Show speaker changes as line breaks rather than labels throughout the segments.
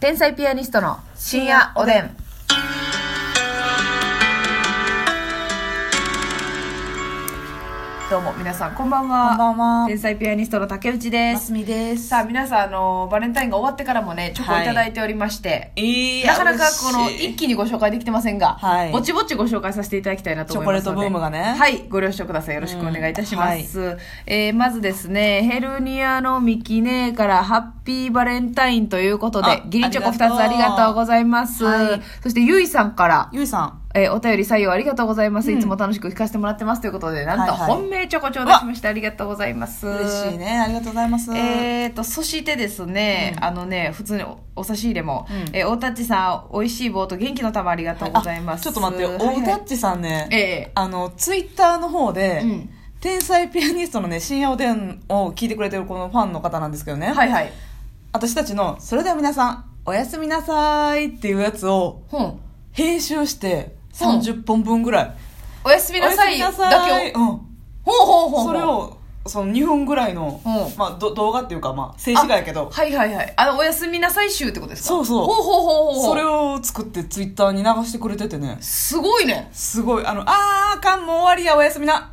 天才ピアニストの深夜おでん。どうも皆さんこんばんは。
こんばんは
天才ピアニストの竹内で。
ますすみです
さあ皆さんあのバレンタインが終わってからもねチョコをいただいておりまして、
い
なかなかこの一気にご紹介できてませんが、
はい
ぼちぼちご紹介させていただきたいなと思いますので
チョコレートブームがね
はいご了承くださいよろしくお願いいたします、えーまずですねヘルニアのミキネーからハッピーバレンタインということで
あ
ギリチョコ2つあ
あ
り
り
が
が
と
と
う
う
ございます、
はい
そしてゆいさんから
ゆいさん
えーお便り採用ありがとうございます、いつも楽しく聞かせてもらってますということでなんと
はいはい
本命チョコ頂戴しましたありがとうございます
嬉しいねありがとうございます
えー、とそしてですね、あのね普通におお差し入れも、
うん
えー大立さん美味しい棒と元気の玉ありがとうございます
あちょっと待って
は
よ
いはい
大タッチさんね
え
あのツイッターの方で
うん
天才ピアニストのね深夜おでんを聞いてくれてるこのファンの方なんですけど
え
ね
はいはい
私たちの「それでは皆さんおやすみなさい」っていうやつを
ほん
編集して
うん
30本分ぐらい
おやすみなさいだけを
をうん
ほうほうほうほう
それをその2分ぐらいの
うん
まあど動画っていうかまあ静止画やけど
あはいはいはいあのおやすみなさい集ってことですか
そうそう
ほうほうほうほう
それを作ってツイッターに流してくれててね
すごいね
すごいあの「あーあかんもう終わりやおやすみな」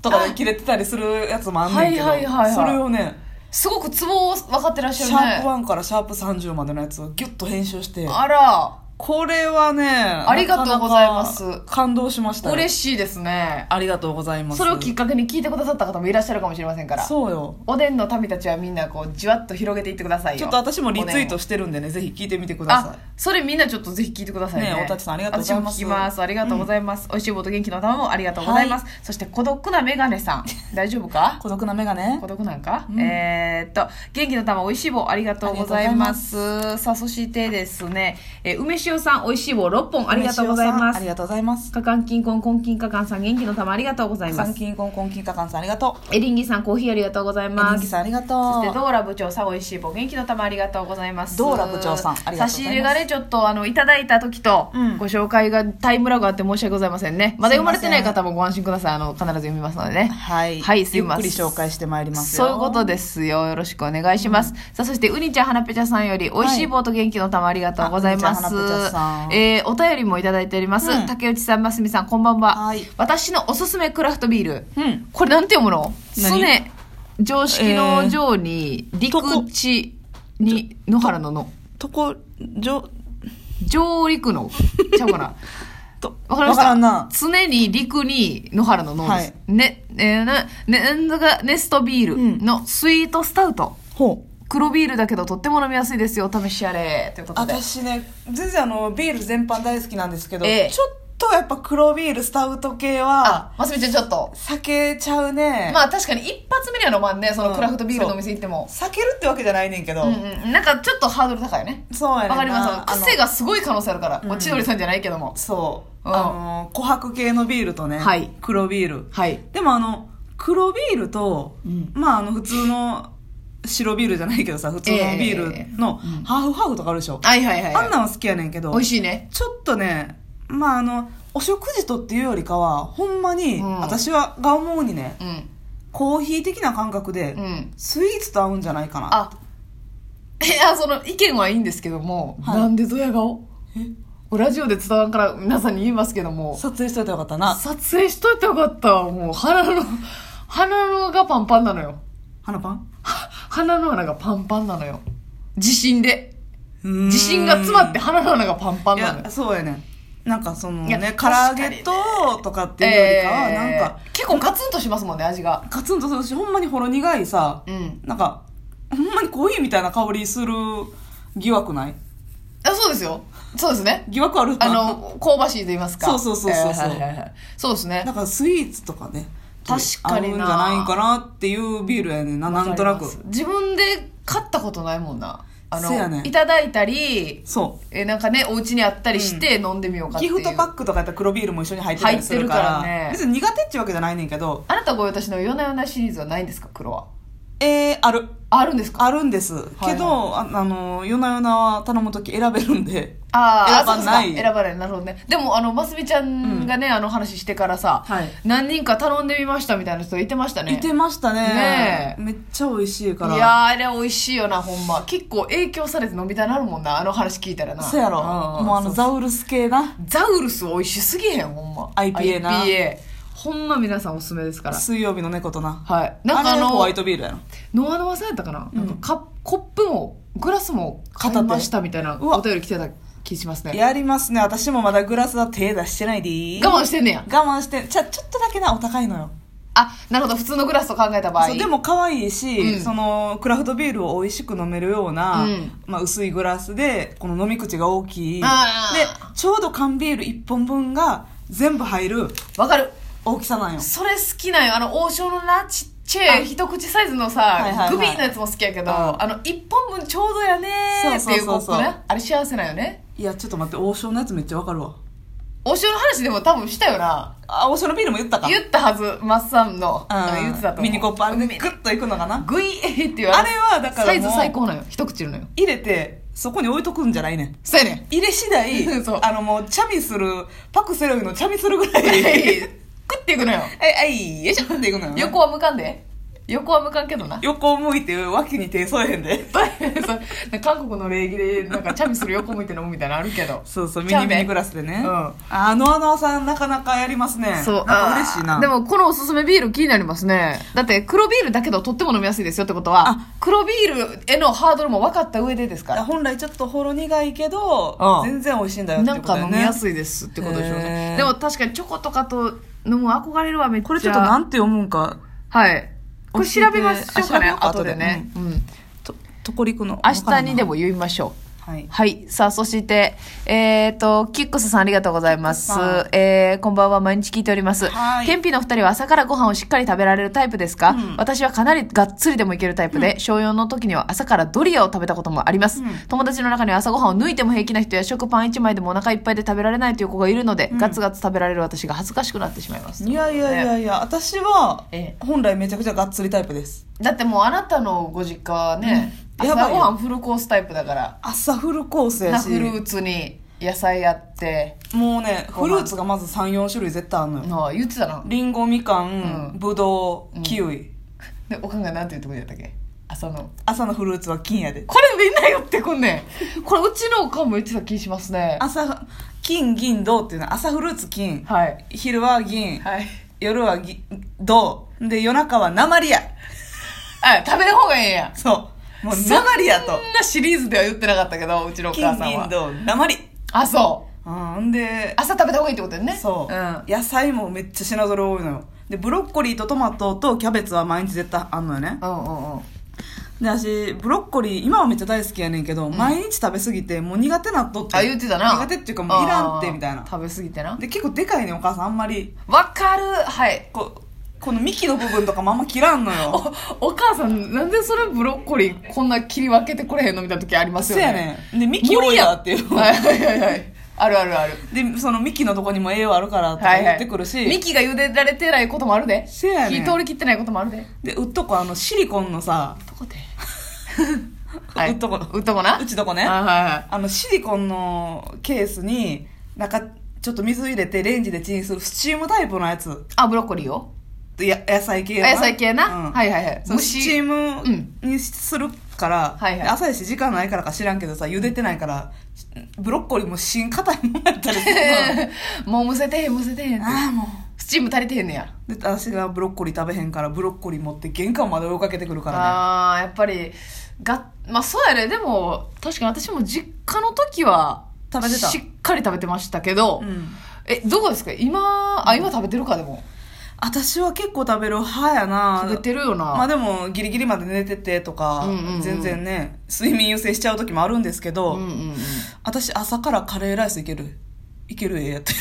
とか
あ
で切れてたりするやつもあんねんけど、
はいはいはいはい
それをね
すごくツボを分かってらっしゃ
シ
る
ャ
ね
ープ1からシャープ30までのやつをギュッと編集して
あら
これはねあ
りがとうございます
感動しましたよ
嬉しいですね
ありがとうございます
それをきっかけに聞いてくださった方もいらっしゃるかもしれませんから
そうよ
おでんの民たちはみんなこうじわっと広げていってくださいよ
ちょっと私もリツイート
して
してるんでねぜひ聞いてみてくださ
あ
い
それみんなちょっとぜひ聞いてくださいね
ねえおたちさんありがとうございます
私も聞きますありがとうございます、おいしい棒と元気の玉もありがとうございます、そして孤独なメガネさん 大丈夫か
孤独な眼鏡
孤独なんか、
うん
えーっと元気の玉おいしい棒ありがとうございますさあそしてですね、えー梅塩さんおいしい棒6本ありがとうございま
あり
す
がとうございます
かかんきんこんこんきんかかんさん元気の玉ありがとうございま
三
す
金コンコン金貨館さんありがとう
エリンギさんコーヒーありがとうござい
エリ
ま
ン
す
ギさんありが
そ
と
して
う
ドーラ部長さんおいしい棒元気の玉ありがとうございます
ドーラ部長さんありがとうございます
差し入れがねちょっとあのいただいた時と
うん
ご紹介がタイムラグあって申し訳ございませんねまだ読
すい
ま
ま
れ
せん
てない方もご安心くださいあの必ず読みますのでね
はい
はいすいません
ゆっくり紹介してまいりますよ
そういうことですよよろしくお願いします、さあそしてうにちゃんはなぺちゃさんよりおいしい棒と元気の玉ありがとうございます、
あうにちゃんはなぺちゃさん
えーお便りもいただいております、
うん
竹内さんますみさんこんばんは、
はい
私のおすすめクラフトビール
うん
これなんて読むの常
何
常識の常に、陸地に野原のの
とこじょ
上陸のちゃうか な
と
わかりまし
わ
た
らんな
常に陸に野原ののです、
はい
ねえーなねなんだかネストビールのスイートスタウト、
ほう
黒ビールだけどとっても飲みやすいですよお試しあれということで
私ね全然あのビール全般大好きなんですけど、
ええ
ちょっとやっぱ黒ビールスタウト系は
あますみちゃんちょっと
避けちゃうね、
まあ確かに一発目には飲まんねそのクラフトビールのお店行っても、
避けるってわけじゃないねんけど、
うんうんなんかちょっとハードル高いよね
そうやねん
わ
な
かりま
あの
す癖がすごい可能性あるから、
うん
もう千鳥さんじゃないけども
そう、
うん
あの琥珀系のビールとね、
はい
黒ビール
はい
でもあの黒ビールと、
うん
まああの普通の白ビールじゃないけどさ普通のビ
え
ール
え
の
うん
ハーフハーフとかあるでしょ、
はいはいはい
あんなんは好きやねんけど
美味しいね
ちょっとねまああのお食事とっていうよりかはほんまに、
うん
私はが思うにね
うん
コーヒー的な感覚で、
うん
スイーツと合うんじゃないかな
あ いやその意見はいいんですけども、
はい
なんでドヤ顔
え
これラジオで伝わんから皆さんに言いますけども
撮影しといたらよかったな
撮影しといてよかったもう鼻の 鼻のがパンパンなのよ
花パン
鼻の穴がパンパンなのよ地震で地震が詰まって鼻の穴がパンパン
い
なの
や
よ
そうやねなんかその
いや
ね唐揚
確かにね
げととかっていうよりかは、
えー
なんか
結構ガツンとしますもんね味が
カツンとするしほんまにほろ苦いさ
うん
なんかほんまにコーヒーみたいな香りする疑惑ない
あそうですよそうですね
疑惑ある
あ の香ばしいと言いますか
そうそうそうそうそう
はいはいはいそうですね
だからスイーツとかね
確かに
合うん
な
じゃないかなっていうビールやねんななんとなく
自分で買ったことないもんなあの
せやねん
いただいたり
そ
えなんかねお家にあったりして飲んでみよう
う
かって
ギ
いう
フトパックとかやったら黒ビールも一緒に入ってたりするから
入ってるからね
別に苦手っちゅうわけじゃないねんけど
あなたご用達の夜な夜なシリーズはないんですか黒は
えー、ある
あるんですか
あるんです、
い
けどああの夜な夜な頼む時選べるんで
あーあ
選ばない
そうですか選ばないなるほどねでもあのますみちゃんがね、あの話してからさ、
はい
何人か頼んでみましたみたいな人いてましたね
いてましたね
ねえ
めっちゃ美味しいから
いやーあれ美味しいよなほんま結構影響されて飲みたなるもんなあの話聞いたらな
そうやろ
ん
もうあ
そう
の
そう
ザウルス系な
ザウルス美味しすぎへんほんま
IPA な
IPA ほんま皆さんおすすめですから
水曜日の猫とな
はいなんかあ
れホ
の
ワイトビールやな
ノアノアさんやったかな,、
うん
なんかカコップもグラスも買いましたみたいな
片手うわ
お便り来てた気しますね
やりますね私もまだグラスは手出してないでいい
我慢してんねや
我慢してちゃちょっとだけなお高いのよ
あなるほど普通のグラスと考えた場合
そうでも可愛いし、
うん
そのクラフトビールを美味しく飲めるような、
うん
まあ、薄いグラスでこの飲み口が大きいで
あー
ちょうど缶ビール1本分が全部入る
わかる
大きさなんよ
それ好きなんよあの王将のなちっちゃ
あ
い一口サイズのさ、
いはいはい
グビーのやつも好きやけどあ
あ
の1本分ちょうどやねーっていうコ
そうそう
ッ
そうそう
プねあれ幸せなんよね
いやちょっと待って王将のやつめっちゃわかるわ
王将の話でも多分したよな
あ王将のビールも言ったか
言ったはずマッサンの、あの言ってたと思
うん、
う
ミニコップあれで
ミニ
グッといくのかな
グイーっていう
あれはだからもう
サイズ最高なんよ一口のよ
入れてそこに置いとくんじゃないねん
そうやねん
入れ次第
そう
あのもうチャミするパクセロイのチャミするぐらいはい
食っていくのよ
はいよいしょっていくのよね
横は向かんで横は向かんけどな
横を向いて脇に手添えへんで
そう韓国の礼儀でなんかチャミする横向いて飲むみたいなのあるけど
そうそうミ
キャン
ニ
ベ
ミニグラスでね、
うん
あのあのさんなかなかやりますね
そう
なんか嬉しい
あ
な
ーでもこのおすすめビール気になりますねだって黒ビールだけどとっても飲みやすいですよってことは黒ビールへのハードルも分かった上でですから
本来ちょっとほろ苦いけど、
うん
全然美味しいんだよって
な
こ
ん
とだ
か
よ
飲
ね
みやすいですってことでしょうね
へー
でも確かにチョコとかと飲む憧れるわめっちゃ
これちょっとなんて読むんか
はいこれ調べましょうかね
教えてあ調べようか
後でね、うん、
ととこりくの
明日にで
も、
も言いましょう
はい、
はい。さあ、そして、えっ、と、キックスさんありがとうございます
キックスさ。
えー、こんばんは、毎日聞いております。
はい
ケンピのお二人は朝からご飯をしっかり食べられるタイプですか、
うん
私はかなりがっつりでもいけるタイプで、小4の時には朝からドリアを食べたこともあります。
うん
友達の中には朝ご飯を抜いても平気な人や食パン1枚でもお腹いっぱいで食べられないという子がいるので、
うん
ガツガツ食べられる私が恥ずかしくなってしまいます。
いやいやいやいや私は
え
本来めちゃくちゃがっつりタイプです
だってもうあなたのご実家はね、
うんやば
朝
い
ご
よ
飯フルコースタイプだから、
朝フルコースやし
フルーツに野菜あって、
もうね
ご飯
フルーツがまず34種類絶対あるのよ
ああ言ってたな。
りんごみかん、
うん
ぶど
うん
うキウイ、
でおかんがなんて言ってくれたっけ朝の
朝のフルーツは金やで
これみんな言ってこんねんこれうちのおかんも言ってた気しますね
朝金銀銅っていうのは朝フルーツ金
はい
昼は銀、
はい
夜はぎ銅で夜中は鉛や
あ食べる方がええんや
そうもう鉛やと
そんなシリーズでは言ってなかったけどうちのお母
金
さん
銀
は
銅鉛
あそう
うんで
朝食べた方がいいってことだよね
そう、
ん
野菜もめっちゃ品揃え多いのよでブロッコリーとトマトとキャベツは毎日絶対あんのよね
うんうんうん
で私ブロッコリー今はめっちゃ大好きやねんけど、毎日食べ過ぎてもう苦手なっとって
あ言ってたな
苦手っていうかもういらんってみたい
あ
な
ー食べ過ぎてな
で結構でかいねんお母さんあんまり
わかるはい
ここの幹の部分とかもあんま切らんの よ
おお母さんなんでそれブロッコリーこんな切り分けてくれへんのみたいな時あります
そう
よね
やねんで幹多いわっていう
はいはいはいはいあるあるある
でその幹のとこにも栄養あるからとか言ってくるし、
幹が茹でられてないこともあるで
せやねん
火通り切ってないこともあるでど
でうっとこあのシリコンのさ、
こ で
うっとこ
うっとこな
うちどこね
はいはいはい
あのシリコンのケースになんかちょっと水入れてレンジでチンするスチームタイプのやつ
あブロッコリーを
や野菜系
野
の
菜系な、
うん
はいはいはい
そのスチームにするから、
はいはい
朝やし時間ないからか知らんけどさ茹でてないからブロッコリーも芯硬いもんやったりする の
もうむせてへんむせてへんって
ああも
スチーム足りてへんねや
うで私がブロッコリー食べへんからブロッコリー持って玄関まで追いかけてくるからね
あーやっぱりがまあそうやねでも確かに私も実家の時は
食べてた
しっかり食べてましたけど、
うん
えどこですか今あ今食べてるかでも
私は結構食べる派やな
食べてるよな、
まあでもギリギリまで寝ててとか、
うんうんうん
全然ね睡眠優先しちゃう時もあるんですけど、
うんうんうん
私朝からカレーライスいけるいけるええやって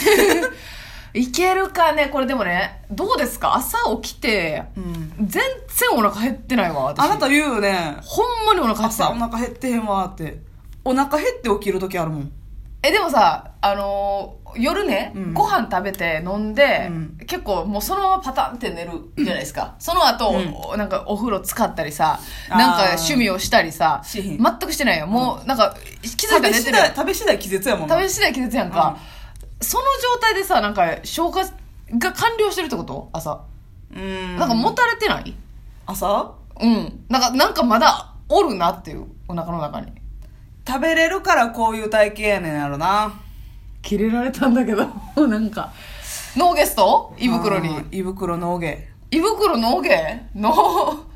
いけるかねこれでもねどうですか朝起きて
うん
全然お腹減ってないわ私
あなた言うよね
ほんまにお腹減って
朝お
ない
腹減ってへんわってお腹減って起きる時あるもん
えでもさあのー夜ね、
うん
ご飯食べて飲んで、
うん
結構もうそのままパタンって寝るじゃないですか、その後、
う
なんかお風呂使ったりさ
あー
なんか趣味をしたりさ
しひ
全
ん
くしてないよもうなんか気づいた
食
ら
べ
寝て
次
る
第
やん
食べ次第気絶やもんな
食べ次第気絶やんか、その状態でさなんか消化が完了してるってこと朝
うん
なんかもたれてない
朝
うんなんかなんかまだおるなっていうお腹の中に
食べれるからこういう体型やねんやろな
切れられたんだけど なんかノーゲスト胃袋に
うん胃袋脳ゲ
胃袋脳芸 脳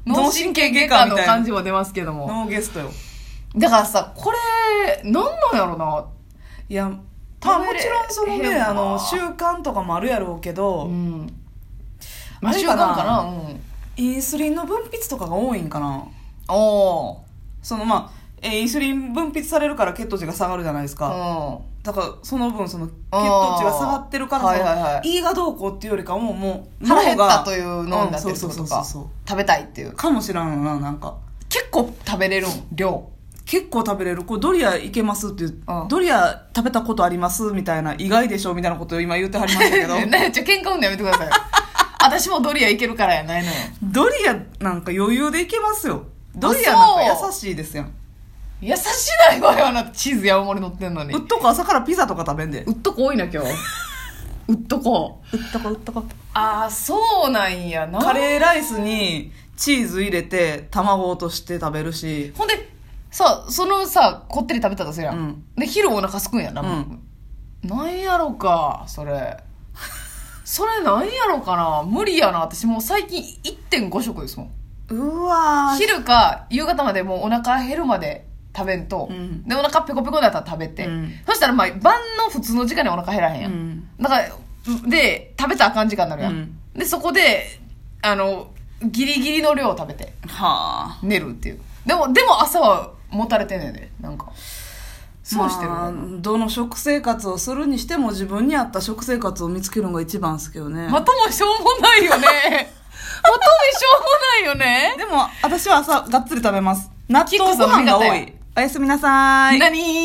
脳神経外科の感じも出ますけども
脳ゲストよ
だからさこれ何なんやろない
やまあも
食べれ
ちろんその
へん
ね
わ
あの習慣とかもあるやろうけど、
うん
あれ
習
か
慣
な
かなうん
インスリンの分泌とかが多いんかな
お
そのまあえーインスリン分泌されるから血糖値が下がるじゃないですか、
ーうん
だからその分その血糖値が下がってるから
あー
その
はいはいはい
胃がどうこうっていうよりかはもうもう
腹減っ
脳が
たという脳になってるってこと
うんそうそうそう
か
そう
食べたいっていう
かもしらんななんか
結構食べれるん量
結構食べれるこれドリアいけますっていう、
うん
ドリア食べたことありますみたいな意外でしょみたいなことを今言ってはりましたけ ど
ねねちょ喧嘩売んのやめてく ださい私もドリアいけるからやないのよ
ドリアなんか余裕でいけますよドリアなんか優しいですやん
優しないわよあなたチーズ山盛り乗ってんのに
うっとこ朝からピザとか食べんで
うっとこ多いな今 日うっとこ
うっとこうっとこ
ああそうなんやな
カレーライスにチーズ入れて卵落として食べるし
ほんでさそのさこってり食べたとするやん、
うん
で昼お腹すくんやな、
うん
なんやろかそれそれなんやろかな無理やな私もう最近1.5食ですもん
うわー
昼か夕方までもうお腹減るまで食べんと、
うん
でお腹ペコペコになったら食べて、
うん
そしたらまあ晩の普通の時間にお腹減らへんやん、
うん
だからで食べたらあかん時間になるやん、
うん
でそこであのギリギリの量を食べて
はあ
寝るっていうでもでも朝はもたれてんねんでなんかそうしてる
まあ
の、
どの食生活をするにしても自分に合った食生活を見つけるのが一番ですけどね、
まともしょうもない よねまともしょうもないよね
でも私は朝がっつり食べます納
キッ
豆
クス
ご
の
飯
味
が
方や
多いおやすみなさーい
何